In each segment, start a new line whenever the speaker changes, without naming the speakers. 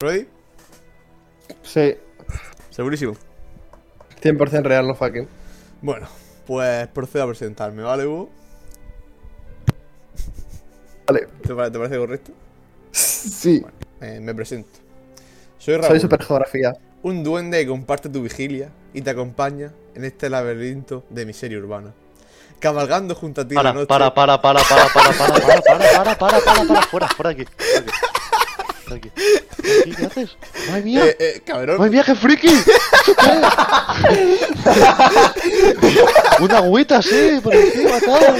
¿Ready?
Sí,
Segurísimo.
100% real, no fucking.
Bueno, pues procedo a presentarme, ¿vale, Hugo?
Vale,
¿Te, pare- te parece correcto?
sí.
Eh, me presento. Soy
Soy
Raúl,
super geografía.
un duende que comparte tu vigilia y te acompaña en este laberinto de miseria urbana. Cabalgando junto a ti la
Para,
noche.
para, para, para, para, para, para, para, para, para, para, para, para, fuera, fuera de aquí. fuera de aquí, fuera de aquí. ¿Fuera de aquí? ¿Qué haces? ¡Madre mía!
Eh, eh, cabrón.
¡Madre mía, qué friki! ¿Eso qué es? Una agüita, sí, por encima, tal.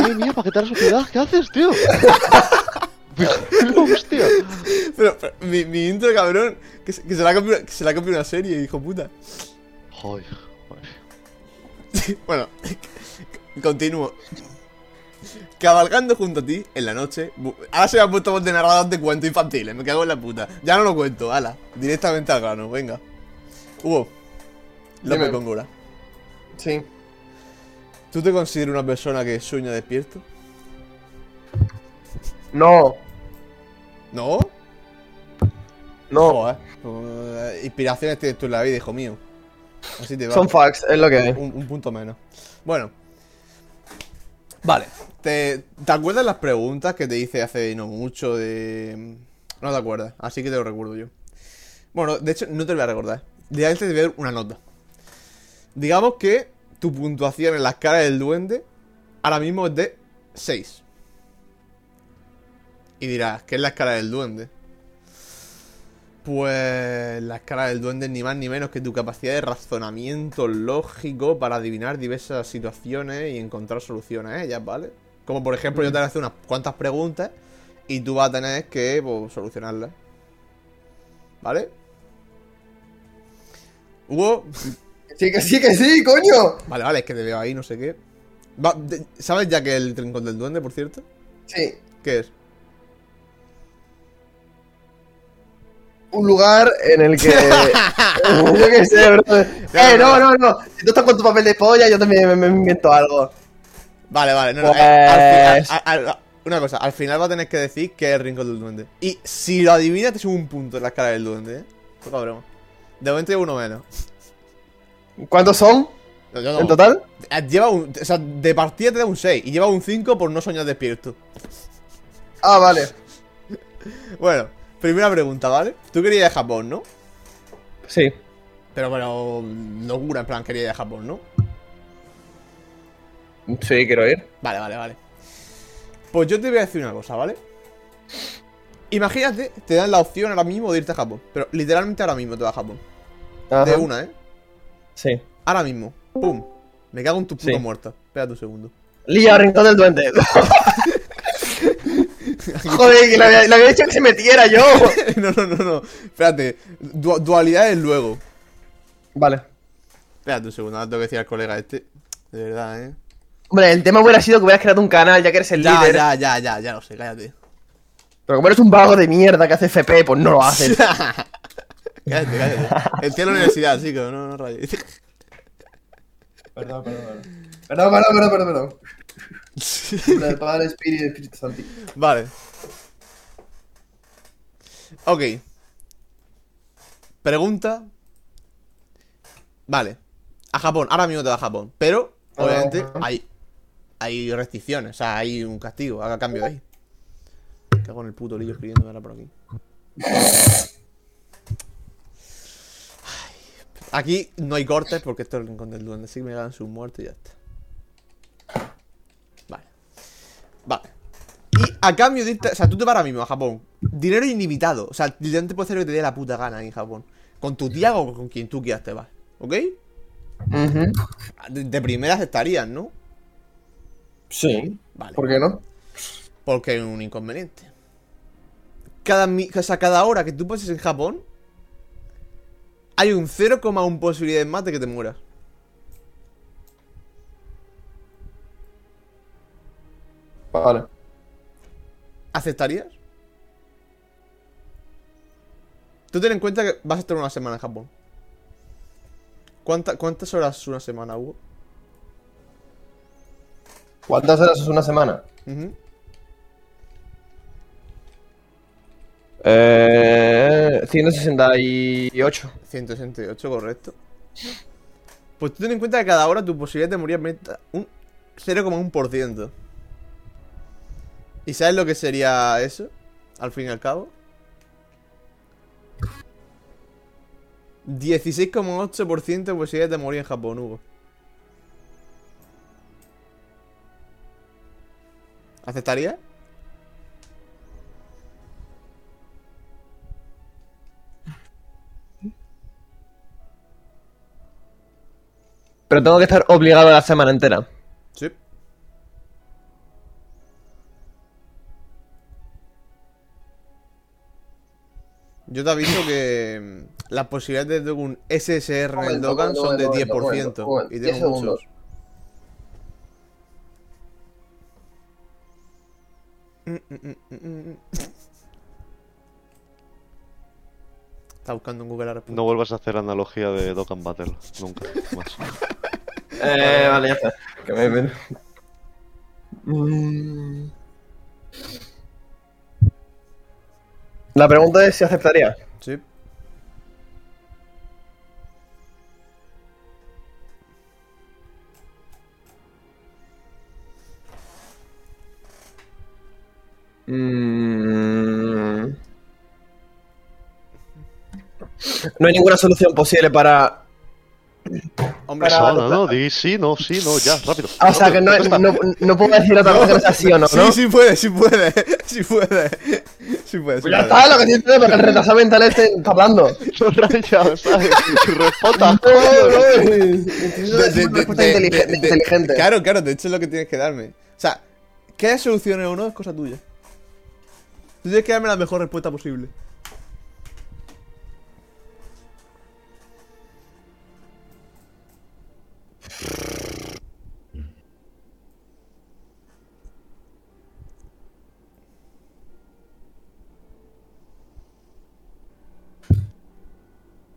¡Madre mía, para quitar suciedad! ¿Qué haces, tío? ¡Hostia!
Pero, pero, mi, mi intro, cabrón, que se, que se la copia, que se la copia una serie, hijo puta.
Joder, joder.
bueno, continúo. Cabalgando junto a ti en la noche. bu- Ahora se me ha puesto voz de narrador de cuentos infantiles. Me cago en la puta. Ya no lo cuento, ala. Directamente al grano, venga. Hugo, López
Dime.
Góngora,
Sí.
¿tú te consideras una persona que sueña despierto?
No,
¿No?
no.
Joder. Eh, Inspiraciones tienes tú en la vida, hijo mío. Así te va.
Son facts, es lo que hay.
un, un punto menos. Bueno. Vale. ¿Te, te acuerdas las preguntas que te hice hace no mucho de... No te acuerdas, así que te lo recuerdo yo. Bueno, de hecho, no te lo voy a recordar. Directamente te voy a dar una nota. Digamos que tu puntuación en las caras del duende ahora mismo es de 6. Y dirás, ¿qué es la escala del duende? Pues la escala del duende es ni más ni menos que tu capacidad de razonamiento lógico para adivinar diversas situaciones y encontrar soluciones a ellas, ¿vale? Como por ejemplo yo te voy a hacer unas cuantas preguntas y tú vas a tener que pues, solucionarlas. ¿Vale? Hugo,
Sí, que sí, que sí, coño.
vale, vale, es que te veo ahí, no sé qué. Va- de- ¿Sabes ya que el rincón del duende, por cierto?
Sí.
¿Qué es?
Un lugar en el que. yo qué sé, bro. Eh, no, no, no. Si tú estás con tu papel de polla, yo también me, me invento algo.
Vale, vale, no, no, eh, al
Pues-
fi- al- al- al- una cosa, al final va a tener que decir que es el rincón del duende. Y si lo adivinas, te subo un punto en la escala del duende, eh. Poca broma. De momento llevo uno menos.
¿Cuántos son
No, yo no.
en total?
Eh, Lleva un. O sea, de partida te da un 6 y lleva un 5 por no soñar despierto.
Ah, vale.
Bueno, primera pregunta, ¿vale? Tú querías ir a Japón, ¿no?
Sí.
Pero bueno, locura, en plan, quería ir a Japón, ¿no?
Sí, quiero ir.
Vale, vale, vale. Pues yo te voy a decir una cosa, ¿vale? Imagínate, te dan la opción ahora mismo de irte a Japón. Pero literalmente ahora mismo te vas a Japón. De una, ¿eh?
Sí.
Ahora mismo. ¡Pum! Me cago en tu puta
Sí.
muerta. Espérate un segundo.
Lía, rincón del duende. Joder, que le había, le había dicho que se metiera yo.
no, no, no, no. Espérate. Du- dualidad es luego.
Vale.
Espérate un segundo. Ahora tengo que decir al colega este. De verdad, ¿eh?
Hombre, el tema hubiera sido que hubieras creado un canal, ya que eres el
Ya,
líder.
ya, ya, ya, ya lo sé. Cállate.
Pero como eres un vago de mierda que hace FP, pues no lo haces.
cállate, cállate. Estoy en la universidad, chico. No, no rayes.
Perdón, perdón, perdón. Perdón, perdón, perdón, perdón, perdón. Hombre, del Padre, Espíritu y Espíritu Santo.
Vale. Ok. Pregunta. Vale. A Japón. Ahora mismo te va a Japón. Pero,
Ah,
obviamente,
ajá.
hay, hay restricciones. O sea, hay un castigo. Haga cambio de ahí. Cago en el puto lío escribiéndome ahora por aquí. Ay, Aquí no hay cortes porque esto es el rincón del duende. Así que me dan su muerte y ya está. Vale. Vale. Y a cambio de irte, o sea, tú te vas ahora mismo a Japón. Dinero ilimitado. O sea, literalmente puedes hacer lo que te dé la puta gana ahí en Japón. Con tu tía o con quien tú quieras te vas. ¿Ok? De, de primeras estarías, ¿no?
Sí.
Vale.
¿Por qué no?
Porque hay un inconveniente. Cada, mi- o sea, cada hora que tú pases en Japón, hay un 0,1 posibilidades más de que te mueras.
Vale.
¿Aceptarías? Tú ten en cuenta que vas a estar una semana en Japón. ¿Cuánta- ¿Cuántas horas una semana, Hugo?
¿Cuántas horas es una semana?
Ujú.
Eh. 168.
168, correcto. Pues tú ten en cuenta que cada hora tu posibilidad de morir aumenta un 0,1%. ¿Y sabes lo que sería eso? Al fin y al cabo. 16,8% de posibilidad de morir en Japón, Hugo. ¿Aceptaría?
Pero tengo que estar obligado a la semana entera.
Sí. Yo te aviso que mm, las posibilidades de un SSR en el
Momento,
Dokkan son de
momento,
10%.
momento, momento.
y
10
tengo
segundos.
muchos. Mm, mm, mm, mm, mm. Está buscando en Google la respuesta.
No vuelvas a hacer analogía de Dokkan Battle, nunca más.
Eh, vale, ya está. Que me invento. Mm. La pregunta es si aceptaría.
Sí.
Mm. No hay ninguna solución posible para.
Hombre,
Para-
Persona, no, di sí, no, sí, no, ya, rápido.
Ah, o sea, que no, no, no puedo decir otra cosa que no sea sí o no, ¿no?
Sí, sí puede, sí puede. Sí puede. Sí puede. sí
Pues
puede.
ya está, lo que tiene porque el retrasado mental este está hablando.
No raya, ¿sabes? Respota.
No, no, es-
De-
es
de-
una
de-
respuesta
de- de-
inteligente-
de-
inteligente.
Claro, claro, de hecho es lo que tienes que darme. O sea, que haya soluciones o no es cosa tuya. Tú tienes que darme la mejor respuesta posible.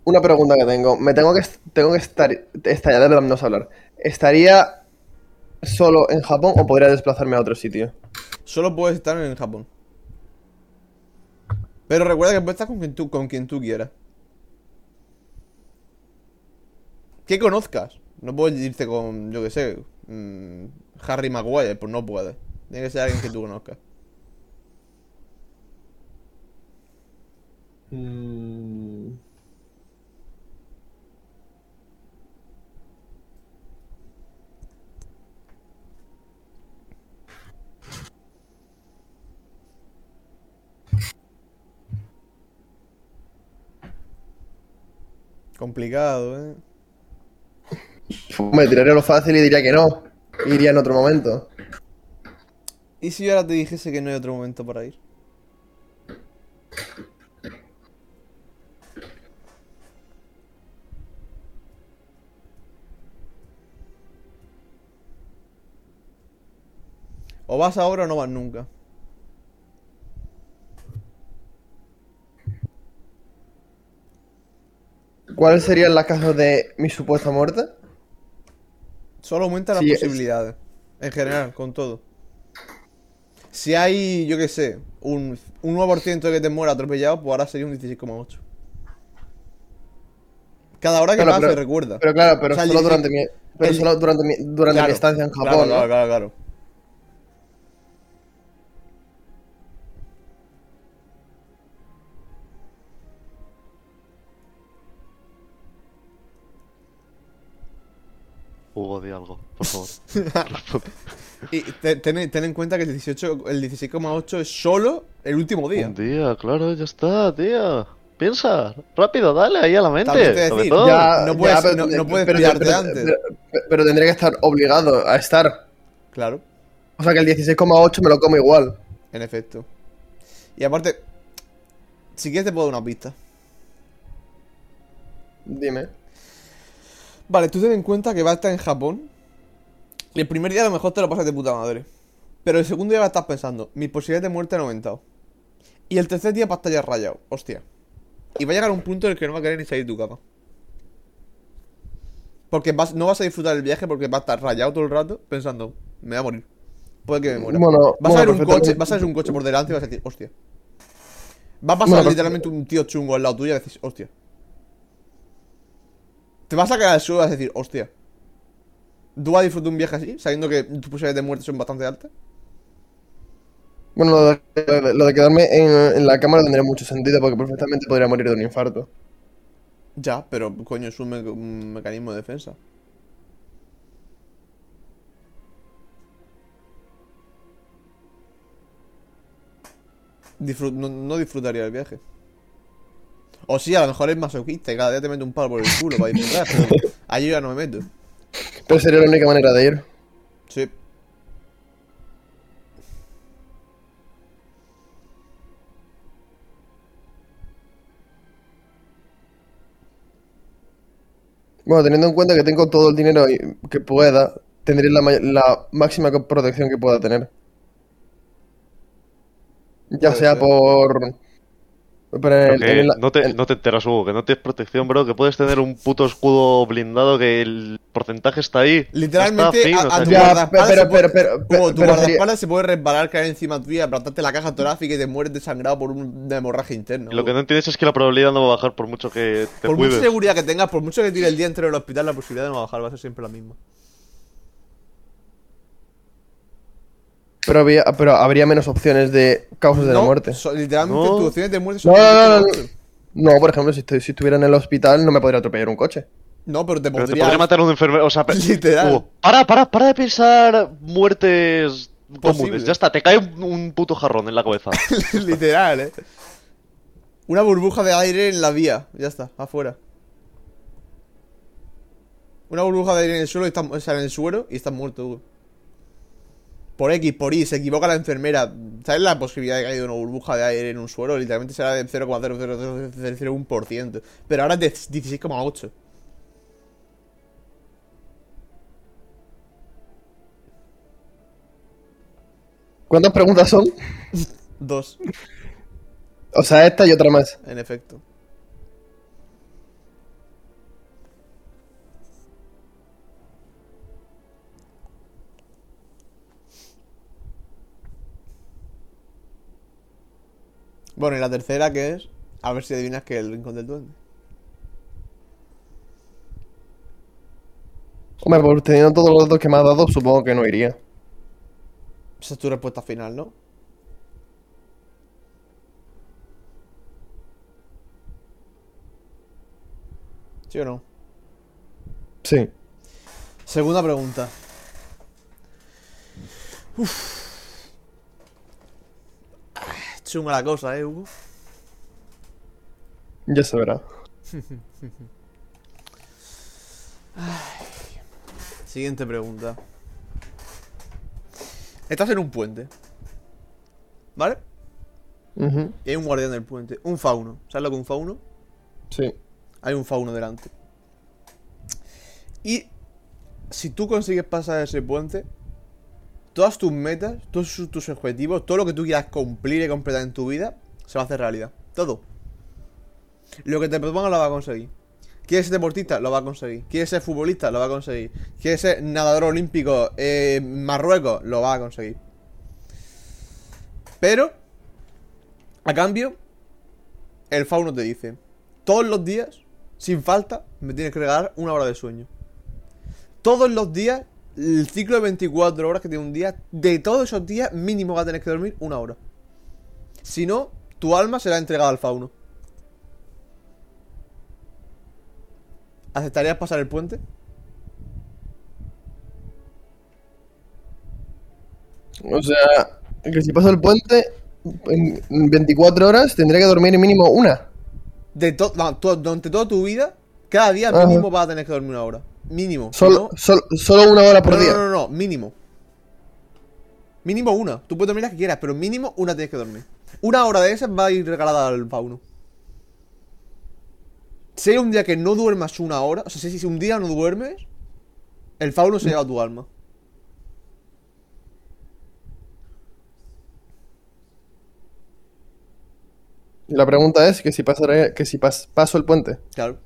Una pregunta que tengo. Me tengo que tengo que estar estallar de no sé hablar. ¿Estaría solo en Japón o podría desplazarme a otro sitio?
Solo puedes estar en Japón. Pero recuerda que puedes estar con quien tú, con quien tú quieras. Que conozcas. No puedes irte con, yo que sé, mm, Harry Maguire, pues no puedes. Tiene que ser alguien que tú conozcas. Complicado, eh.
Me tiraría lo fácil y diría que no. Iría en otro momento.
¿Y si yo ahora te dijese que no hay otro momento para ir? O vas ahora o no vas nunca.
¿Cuáles serían las casos de mi supuesta muerte?
Solo aumentan las
Sí, es-
posibilidades. En general, con todo. Si hay, yo qué sé, un, un 1% de que te muera atropellado, pues ahora sería un 16,8. Cada hora que
Claro,
pase,
pero-
recuerda.
Pero claro, pero
O sea,
solo
el-
durante mi pero
el-
solo durante mi durante mi estancia en Japón.
Claro, claro,
¿no?
claro, claro.
Hugo, di algo, por favor.
Y te- ten, ten en cuenta que el 18, el 16,8 es solo el último día.
Un día, claro, ya está, tío. Piensa, rápido, dale ahí a la mente.
También te
sobre
decir,
todo.
Ya- no puedes- no- no puedes cuidarte antes.
pero- pero tendría que estar obligado a estar.
Claro,
O sea que el 16,8 me lo como igual.
en efecto. Y aparte, si quieres te puedo dar una pista.
Dime.
Vale, tú ten en cuenta que vas a estar en Japón. Y el primer día a lo mejor te lo pasas de puta madre. Pero el segundo día vas a estar pensando, mis posibilidades de muerte han aumentado. Y el tercer día vas a estar ya rayado, hostia. Y va a llegar un punto en el que no va a querer ni salir de tu cama. Porque vas- no vas a disfrutar del viaje porque vas a estar rayado todo el rato pensando, me voy a morir. Puede que me muera.
Bueno,
vas, a
bueno,
ver un coche,
perfectamente.
vas a ver un coche por delante y vas a decir, hostia. Va a pasar
Bueno,
literalmente un tío chungo al lado tuyo y decís, hostia. Te vas a caer al suelo y vas a decir, hostia. ¿Tú vas a disfrutar un viaje así, sabiendo que tus posibilidades de muerte son bastante altas?
Bueno, lo de, lo de quedarme en, en la cámara tendría mucho sentido porque perfectamente podría morir de un infarto.
Ya, pero coño, es un, me- un mecanismo de defensa. Disfrut- no, no disfrutaría el viaje. O sí, a lo mejor es masoquista y cada día te mete un palo por el culo para disfrutar, pero allí ya no me meto.
Pero sería la única manera de ir.
Sí.
Bueno, teniendo en cuenta que tengo todo el dinero y- que pueda, tendré la, may- la máxima co- protección que pueda tener. Ya
Puede
sea
ser.
por... por el-
Que
en el-
no, te,
en-
no te enteras, Hugo, que no tienes protección, bro, que puedes tener un puto escudo blindado que el porcentaje está ahí.
Literalmente,
Está fin,
a,
o sea,
a tu
que-
Ya,
guardaespaldas
pero-
se puede-
pero- pero-
como tu
pero sería-
guardaespaldas se puede resbalar, caer encima tuya, aplastarte la caja torácica y te mueres desangrado por un- una hemorragia interna.
Lo
bro.
que no entiendes es que la probabilidad no va a bajar por mucho que te
Por
cuides.
mucha seguridad que tengas, por mucho que tire el día entero en el hospital, la posibilidad de no bajar va a ser siempre la misma.
Pero había, pero habría menos opciones de causas de la
No,
muerte.
so- literalmente
No.
tus opciones de muerte son.
No, no, no, no. No, por ejemplo, si, estoy- si estuviera en el hospital no me podría atropellar un coche.
No, pero te
Pero te
podría.
podría matar un enfermero. O sea, pe-
Literal.
Hugo, para, para, para de pensar muertes
Posibles.
comunes. Ya está, te cae un, un puto jarrón en la cabeza.
Literal, eh. Una burbuja de aire en la vía. Ya está, afuera. Una burbuja de aire en el suelo y estás, o sea, en el suelo y estás muerto, Hugo. Por X, por Y, se equivoca la enfermera. ¿Sabes la posibilidad de que haya una burbuja de aire en un suelo? Literalmente será de 0,00001%. Pero ahora es de 16,8.
¿Cuántas preguntas son?
Dos,
O sea, esta y otra más.
en efecto. Bueno, y la tercera que es. A ver si adivinas que es el rincón del duende.
Hombre, por teniendo todos los datos que me has dado, supongo que no iría.
Esa es tu respuesta final, ¿no? ¿Sí o no?
Sí.
Segunda pregunta. Uf. Chunga la cosa, eh, Hugo.
Ya se verá.
Siguiente pregunta. Estás en un puente. ¿Vale?
Ujú,
Y hay un guardián del puente. Un fauno. ¿Sabes lo que es un fauno?
Sí.
Hay un fauno delante. Y si tú consigues pasar ese puente, todas tus metas, todos sus- tus objetivos, todo lo que tú quieras cumplir y completar en tu vida, se va a hacer realidad. Todo. Lo que te propongas lo va a conseguir. ¿Quieres ser deportista? Lo va a conseguir. ¿Quieres ser futbolista? Lo va a conseguir. ¿Quieres ser nadador olímpico eh, Marruecos? Lo va a conseguir. Pero, a cambio, el fauno te dice, todos los días, sin falta, me tienes que regalar una hora de sueño. Todos los días, el ciclo de 24 horas que tiene un día, de todos esos días, mínimo vas a tener que dormir una hora. Si no, tu alma será entregada al fauno. ¿Aceptarías pasar el puente?
O sea, que si paso el puente, en en 24 horas tendría que dormir mínimo una.
De to- va, tu- durante toda tu vida, cada día
Ajá.
mínimo vas a tener que dormir una hora. Mínimo. si
Solo,
no-
sol- solo una hora por
no,
día.
No, no, no, mínimo. Mínimo una. Tú puedes dormir las que quieras, pero mínimo una tienes que dormir. Una hora de esas va a ir regalada al fauno. Si hay un día que no duermas una hora, o sea, si- si un día no duermes, el fauno se lleva tu alma.
Y La pregunta es que si, pasaré, que si pas- paso el puente.
Claro.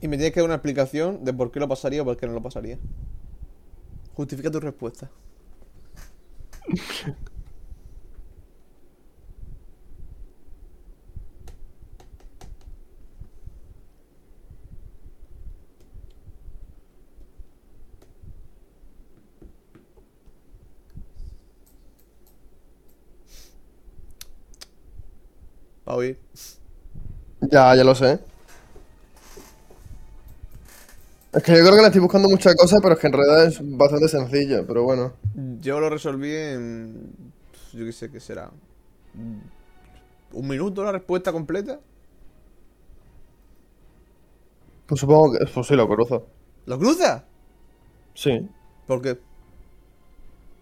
Y me tienes que dar una explicación de por qué lo pasaría o por qué no lo pasaría. Justifica tu respuesta. Paui.
Ya, ya lo sé. Es que yo creo que le estoy buscando muchas cosas, pero es que en realidad es bastante sencillo, pero bueno.
Yo lo resolví en. Yo qué sé qué será. ¿Un minuto la respuesta completa?
Pues supongo que. Pues sí, lo cruzo.
¿Lo cruza?
Sí.
¿Por qué?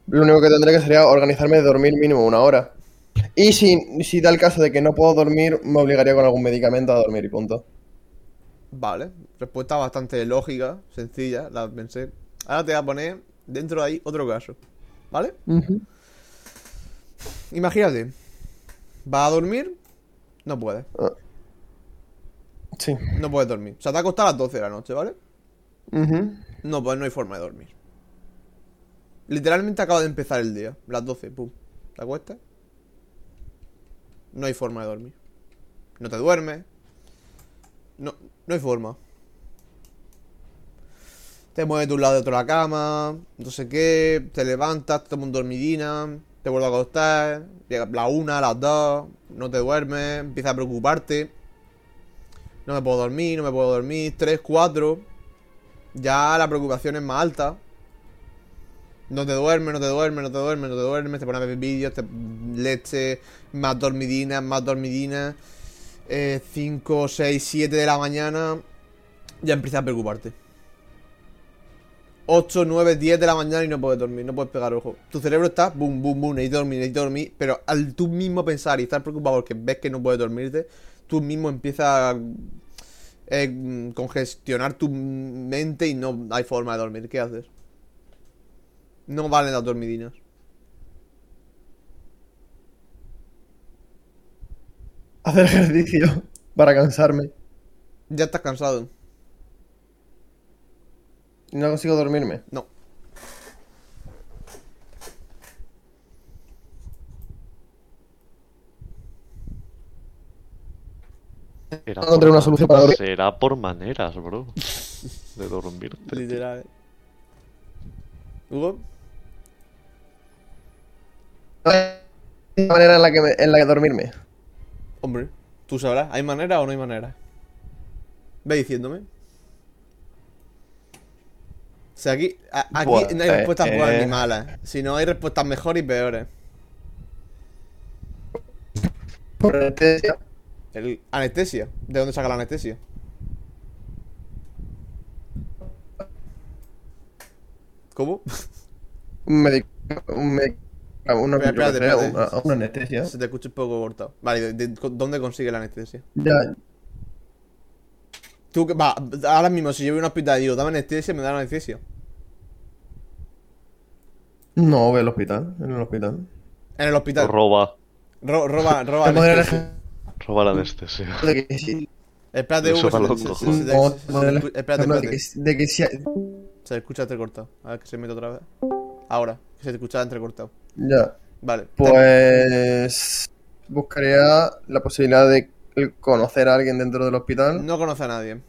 Lo único que tendré que sería organizarme de dormir mínimo una hora. Y si, si da el caso de que no puedo dormir, me obligaría con algún medicamento a dormir y punto.
Vale, respuesta bastante lógica, sencilla, la pensé. Ahora te voy a poner dentro de ahí otro caso, ¿vale? Imagínate, vas a dormir, no puedes,
Ah. Sí.
no puedes dormir. O sea, te ha costado a las 12 de la noche, ¿vale?
Ujú.
No, pues no hay forma de dormir. Literalmente acaba de empezar el día, las 12, pum. ¿Te acuestas? No hay forma de dormir. No te duermes. No, no hay forma. Te mueves de un lado de otro la cama, no sé qué, te levantas, te tomas un dormidina, te vuelves a acostar, llega la una, las dos, no te duermes, empiezas a preocuparte. No me puedo dormir, no me puedo dormir, tres, cuatro. Ya la preocupación es más alta. No te duermes, no te duermes, no te duermes, no te duermes. Te pones a ver vídeos, te leche, más dormidinas, más Eh, dormidinas. 5, 6, 7 de la mañana. Ya empiezas a preocuparte. 8, 9, 10 de la mañana y no puedes dormir, no puedes pegar ojo. Tu cerebro está boom, boom, boom, necesito dormir, necesito dormir. Pero al tú mismo pensar y estar preocupado porque ves que no puedes dormirte, tú mismo empiezas a eh, congestionar tu mente y no hay forma de dormir. ¿Qué haces? No valen las dormidinas.
Hacer ejercicio para cansarme.
Ya estás cansado.
Y no consigo dormirme.
No.
Será
No
por
encontré una
ma-
solución para dormir.
Será por maneras, bro. De dormirte.
Literal. Hugo,
No hay una manera en la que, me- en la que dormirme.
hombre, tú sabrás, ¿hay manera o no hay manera? Ve diciéndome. O sea, aquí, a- aquí
Buah,
no hay respuestas
eh,
buenas
eh.
ni malas, sino hay respuestas mejores y peores.
Por anestesia.
El, anestesia, ¿de dónde saca la anestesia? ¿Cómo?
Un medicamento. Un medic- una,
Espera, espérate,
yo qué sé,
espérate.
una- una anestesia.
Se te escucha un poco cortado. Vale, ¿de- de- co- ¿dónde consigue la anestesia?
Ya.
Tú, que- va, ahora mismo, si yo voy a un hospital y digo, dame anestesia, me dan anestesia.
No, voy al hospital. En el hospital.
En el hospital.
Roba.
Ro- roba, roba.
Te podré
anestesia.
alejar
Roba la este, anestesia.
de que si-
Espérate,
Eso
Hugo.
va
se-
loco,
se- se-
joder.
se-
no,
se-
te
se-
podré
escu- Espérate,
alejar de
espérate.
que si- de que si-
Se escucha entrecortado. A ver que se mete otra vez. Ahora, que se te escucha entrecortado.
Ya.
Vale. te-
Pues buscaría la posibilidad de conocer a alguien dentro del hospital.
No conoce a nadie.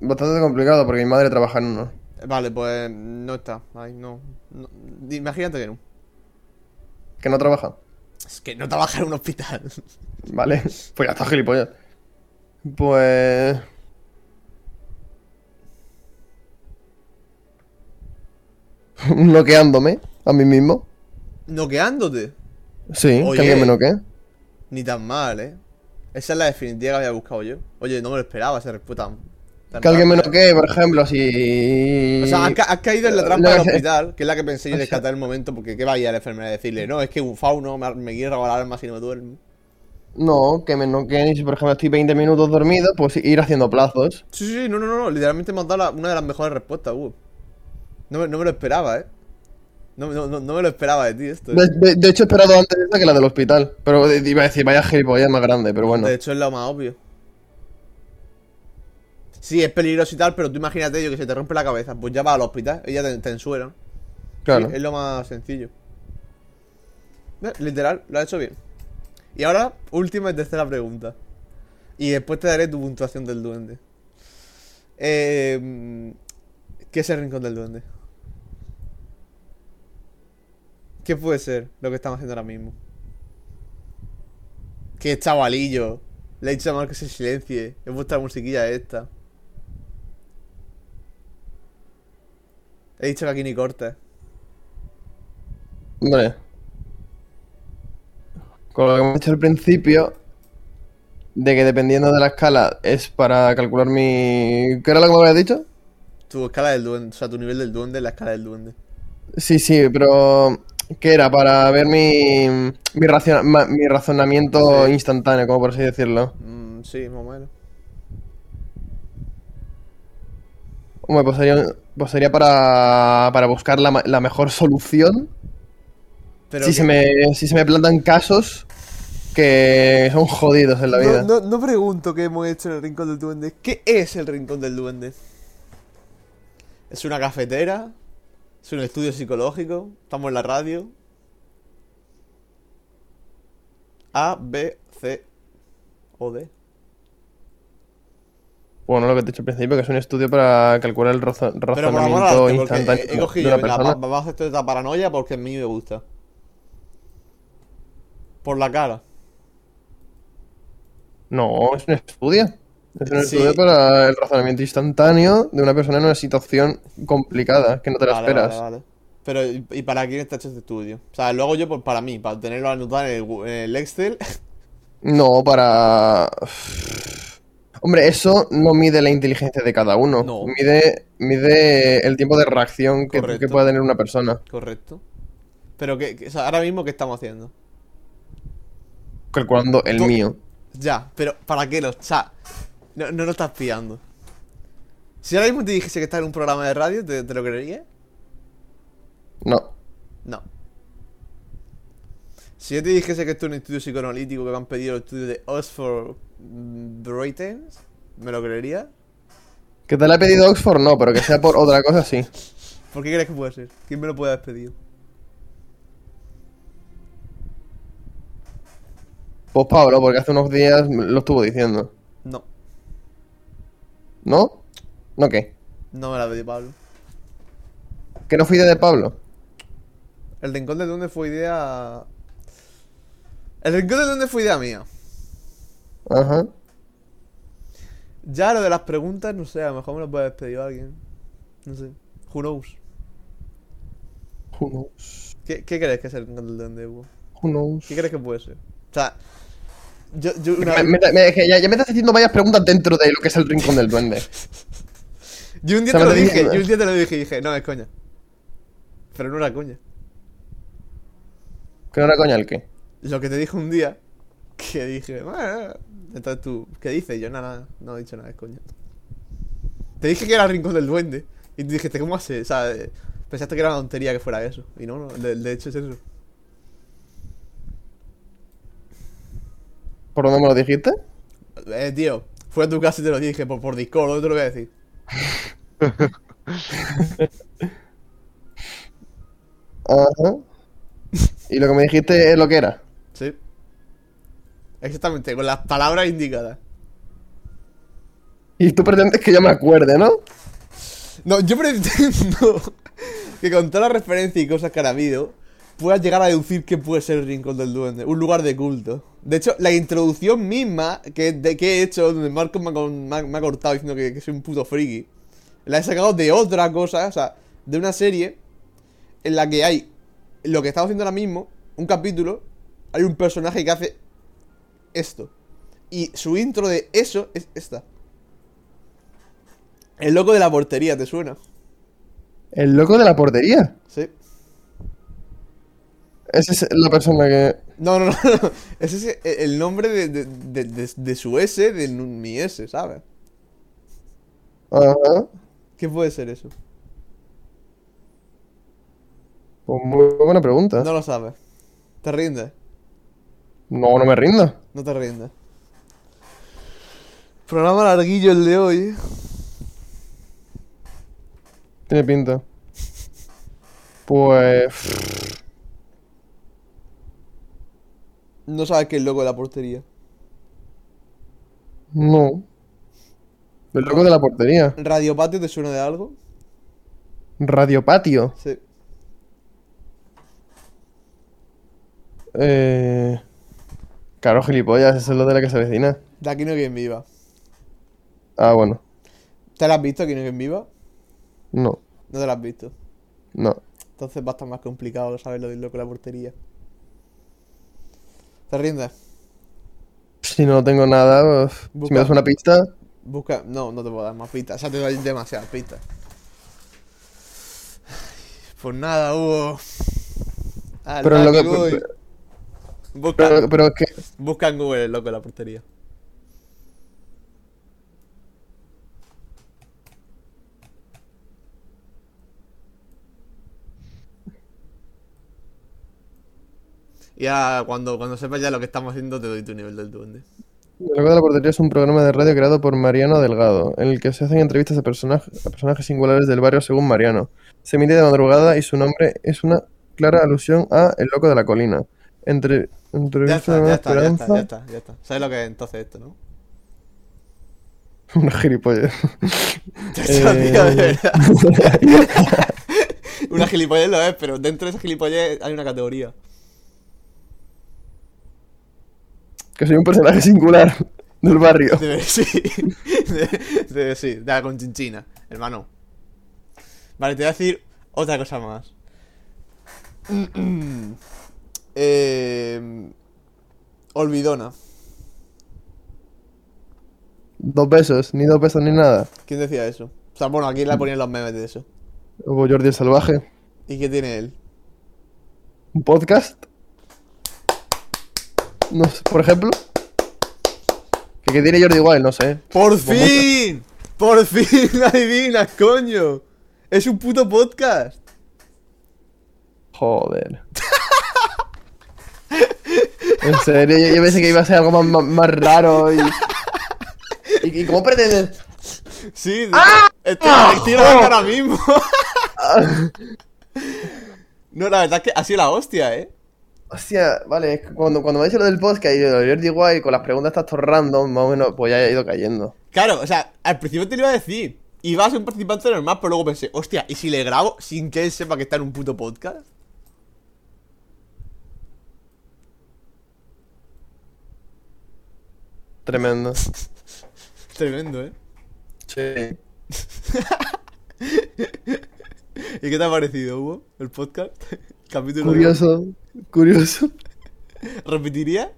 Bastante complicado porque mi madre trabaja en uno.
Vale, pues no está. Ay, no. no. Imagínate que no.
Que no trabaja.
Es que no trabaja en un hospital.
Vale. Pues ya está gilipollas. Pues. Noqueándome a mí mismo.
Noqueándote.
Sí,
Oye.
que alguien me noquee.
Ni tan mal, eh. Esa es la definitiva que había buscado yo. Oye, no me lo esperaba esa respuesta. tan- tan
Que alguien me
rápida.
noquee, por ejemplo, si.
O sea, has, ca- has caído en la
Eh,
trampa
no,
del
es-
hospital, que es la que pensé yo
o sea-
descartar el momento, porque qué va a ir a la enfermera a decirle, no, es que un fauno me, me quiere robar el alma si no me duermo.
No, que me noqueen y si, por ejemplo, estoy 20 minutos dormido, pues ir haciendo plazos.
Sí, sí, sí, no, no, no, no, literalmente me has dado la- una de las mejores respuestas, Hugo. No, me- no me lo esperaba, eh. No, no, no, no me lo esperaba de ti esto. eh.
De, de- de hecho, he esperado antes esta que la del hospital. Pero eh, de- iba a decir, vaya gilipollas más grande, pero bueno.
De hecho, es lo más obvio. Sí, es peligroso y tal, pero tú imagínate yo que se te rompe la cabeza, pues ya vas al hospital y ya te, te ensueran.
Claro.
Sí, es lo más sencillo. Eh, Literal, lo has hecho bien. Y ahora, última y tercera pregunta. Y después te daré tu puntuación del duende. Eh, ¿Qué es el rincón del duende? ¿Qué puede ser lo que estamos haciendo ahora mismo? ¿Qué chavalillo? Le he dicho a Marco que se silencie. He puesto la musiquilla esta. He dicho que aquí ni corta.
Hombre. Con lo que hemos dicho al principio, de que dependiendo de la escala es para calcular mi... ¿Qué era lo que me habías dicho?
Tu escala del duende, o sea, tu nivel del duende es la escala del duende.
Sí, sí, pero... ¿Qué era? Para ver mi, mi, raciona- ma- mi razonamiento
Sí.
instantáneo, como por así decirlo.
Mm, sí, más o menos.
Hombre, pues sería, pues sería para, para buscar la, ma- la mejor solución.
Pero
si,
que-
se me, si se me plantan casos que son jodidos en la vida.
No, no- no pregunto qué hemos hecho en el Rincón del Duende. ¿Qué es el Rincón del Duende? ¿Es una cafetera? ¿Es un estudio psicológico? ¿Estamos en la radio? A, B, C o D.
Bueno, lo que te he dicho al principio, que es un estudio para calcular el razo-
Pero por
razonamiento
amor al arte, porque
instantáneo
he- he
de
cogido,
una
venga,
persona.
va- vamos a hacer esta paranoia porque a mí me gusta. Por la cara.
No, es un estudio. Es un
Sí.
estudio para el razonamiento instantáneo de una persona en una situación complicada, que no te la
Vale,
esperas.
vale, vale. Pero, ¿y y para quién está hecho este estudio? O sea, lo hago yo por, para mí, para tenerlo anotado en el, gu- en el Excel.
No, para... Hombre, eso no mide la inteligencia de cada uno.
No.
Mide, mide el tiempo de reacción que,
Correcto.
que pueda tener una persona.
Correcto. Pero que, que- o sea, ahora mismo, ¿qué estamos haciendo?
Calculando el
Tú-
mío.
Ya, pero ¿para qué los chat? No, no lo estás pillando. Si ahora mismo te dijese que estás en un programa de radio, ¿te, te lo creerías?
No.
No. Si yo te dijese que esto es un estudio psicoanalítico que me han pedido el estudio de Oxford mm, Britains, ¿me lo creerías?
Que te la he pedido Oxford, no, pero que sea por otra cosa, sí.
¿Por qué crees que puede ser? ¿Quién me lo puede haber pedido?
Pues Pablo, porque hace unos días lo estuvo diciendo.
No,
¿No? ¿No qué?
no me la pedido Pablo.
¿Que no fui idea de Pablo?
El rincón de donde fue idea. El rincón de donde fue idea mía.
Ajá.
Ya lo de las preguntas, no sé, a lo mejor me lo puede despedir alguien. No sé. Who knows?
Who knows?
¿Qué, qué crees que es el Rincón del Duende, Hugo?
Who knows?
¿Qué crees que puede ser? O sea, yo, yo una,
Me- me- me- es que ya, ya me estás haciendo varias preguntas dentro de lo que es el rincón del duende.
yo un día te
se me
lo
está
dije,
viniendo.
yo un día te lo dije y dije, no, es coña. Pero no era coña.
¿Que no era coña el qué?
Lo que te dije un día, que dije, bueno, entonces tú, ¿qué dices? Y Yo nada, nada, no he dicho nada, es coña. Te dije que era el Rincón del Duende. Y tú dijiste, ¿cómo hace? O sea, eh, pensaste que era una tontería que fuera eso. Y no, no, de, de hecho es eso.
¿Por dónde me lo dijiste?
Eh, tío, fui a tu casa y te lo dije por, por Discord, ¿dónde te lo voy a decir?
Ajá. ¿Y lo que me dijiste es lo que era?
Sí. Exactamente, con las palabras indicadas.
Y tú pretendes que yo me acuerde, ¿no?
No, yo pretendo que con todas las referencias y cosas que han habido, puedas llegar a deducir que puede ser el Rincón del Duende, un lugar de culto. De hecho, la introducción misma que, de, que he hecho, donde Marco me ha, con- me ha- me ha cortado diciendo que, que soy un puto friki, la he sacado de otra cosa, o sea, de una serie en la que hay lo que estamos haciendo ahora mismo, un capítulo, hay un personaje que hace esto. Y su intro de eso es esta. El loco de la portería, ¿te suena?
El loco de la portería.
Sí.
Esa es la persona que...
No, no, no. no. Ese es e- el nombre de, de- de- de- de su S, de nu- mi S, ¿sabes?
Ajá.
¿Qué puede ser eso?
Pues muy buena pregunta.
No lo sabes. ¿Te rindes?
No, no me rindo.
No te rindes. Programa larguillo el de hoy.
Tiene pinta. Pues.
No sabes qué es loco de la portería.
No. El loco de la portería.
¿Radio Patio te suena de algo?
Radio Patio.
Sí.
Eh. Claro, gilipollas, eso es lo de la que se vecina.
De Aquí no hay quien viva.
Ah, bueno.
¿Te la has visto Aquí no hay quien viva?
No,
No te la has visto.
no.
Entonces va a estar más complicado saber lo del loco de la portería. ¿Te rindes?
Si no tengo nada, uf, si
Busca.
me das una pista.
Busca. No, no te puedo dar más pistas. O sea, te doy demasiadas pistas. Pues nada, Hugo. Al
Pero lo
back
que-
voy.
pero-
Busca,
Pero, pero es que.
busca en Google el loco de la portería. Y ahora, cuando, cuando sepas ya lo que estamos haciendo, te doy tu nivel del duende.
El loco de la portería es un programa de radio creado por Mariano Delgado, en el que se hacen entrevistas a, personajes a personajes singulares del barrio según Mariano. Se emite de madrugada y su nombre es una clara alusión a El Loco de la Colina. Entre,
Ya
entrevista
está, ya
de
está,
una
ya está, ya
esperanza.
está, ya está. ¿Sabes lo que es entonces esto, no?
Una gilipollas.
Esto,
Eh,
tío, de verdad. una gilipollez lo es, pero dentro de esa gilipollez hay una categoría.
Que soy un personaje singular del barrio.
Debe, sí. Debe, debe- sí, de la conchinchina, hermano. Vale, te voy a decir otra cosa más. eh, olvidona.
Dos besos, ni dos besos ni nada.
¿Quién decía eso? O sea, bueno, aquí la ponían los memes de eso.
O Jordi el Salvaje.
¿Y qué tiene él?
¿Un podcast? No sé, por ejemplo. Que, que tiene Jordi igual, no sé.
¡Por
Como
fin! ¡Por fin la adivinas, coño! ¡Es un puto podcast!
Joder. En serio, yo, yo pensé que iba a ser algo más, más- más raro y... ¿Y, y cómo pretendes?
Sí, de- esto me tira la cara ahora mismo. no, la verdad es que ha sido la hostia, ¿eh?
Hostia, vale, es que cuando, cuando me has dicho lo del podcast y yo, Jordi igual con las preguntas estas todo random, más o menos, pues ya he ido cayendo.
Claro, o sea, al principio te lo iba a decir. Iba a ser un participante normal, pero luego pensé, hostia, ¿y si le grabo sin que él sepa que está en un puto podcast?
Tremendo.
Tremendo, ¿eh?
Sí.
¿Y qué te ha parecido, Hugo? ¿El podcast? Capítulo de-
Curioso, curioso.
¿Repetiría?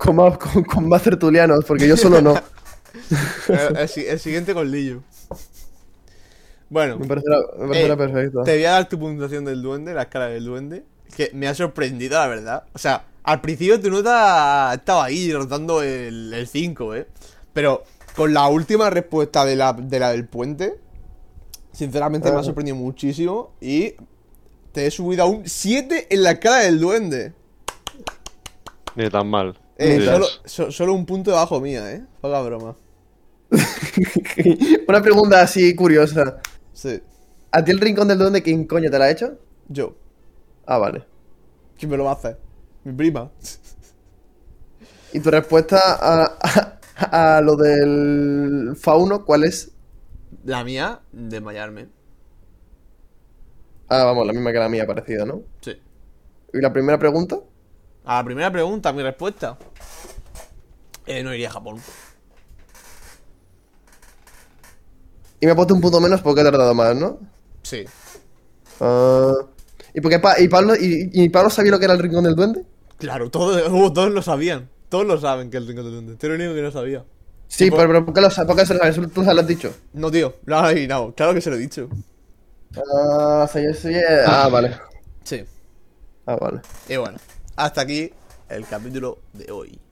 Con más, con, con más tertulianos, porque yo solo no.
el, el si- el siguiente con Lillo. Bueno,
Me parecerá, me parecerá
Eh,
perfecto.
Te voy a dar tu puntuación del duende, la escala del duende. Que me ha sorprendido, la verdad. O sea, al principio tu nota estaba ahí rotando el el 5, ¿eh? Pero con la última respuesta de la, de la del puente, sinceramente me ha
Ah.
sorprendido muchísimo. Y te he subido a un 7 en la escala del duende.
Ni tan mal.
Eh,
Sí.
solo, so- solo un punto debajo mía, ¿eh? Poca broma.
Una pregunta así curiosa.
Sí,
¿A ti el rincón del duende quién coño te la ha hecho?
yo.
Ah, vale.
¿Quién me lo va a hacer? Mi prima.
¿Y tu respuesta a, a- a lo del fauno, cuál es?
La mía, desmayarme.
Ah, vamos, la misma que la mía, parecida, ¿no?
Sí.
¿Y la primera pregunta?
A la primera pregunta, mi respuesta. Eh, no iría a Japón.
Y me ha puesto un punto menos porque he tardado más, ¿no?
Sí.
Ah, ¿Y porque Pa- y Pablo, y, y Pablo sabía lo que era el rincón del duende?
Claro, todos, uh, todos lo sabían. Todos lo saben que el Rincón del Duende. Tú eres el único que no sabía.
Sí,
Tipo-
pero, pero ¿por qué lo sabes? ¿Por qué se lo sabes? Tú se lo has dicho.
No, tío. No, no, no. Claro que se lo he dicho.
Ah, o sea, yo soy- Ah, vale.
Sí.
Ah, vale.
Y bueno, hasta aquí el capítulo de hoy.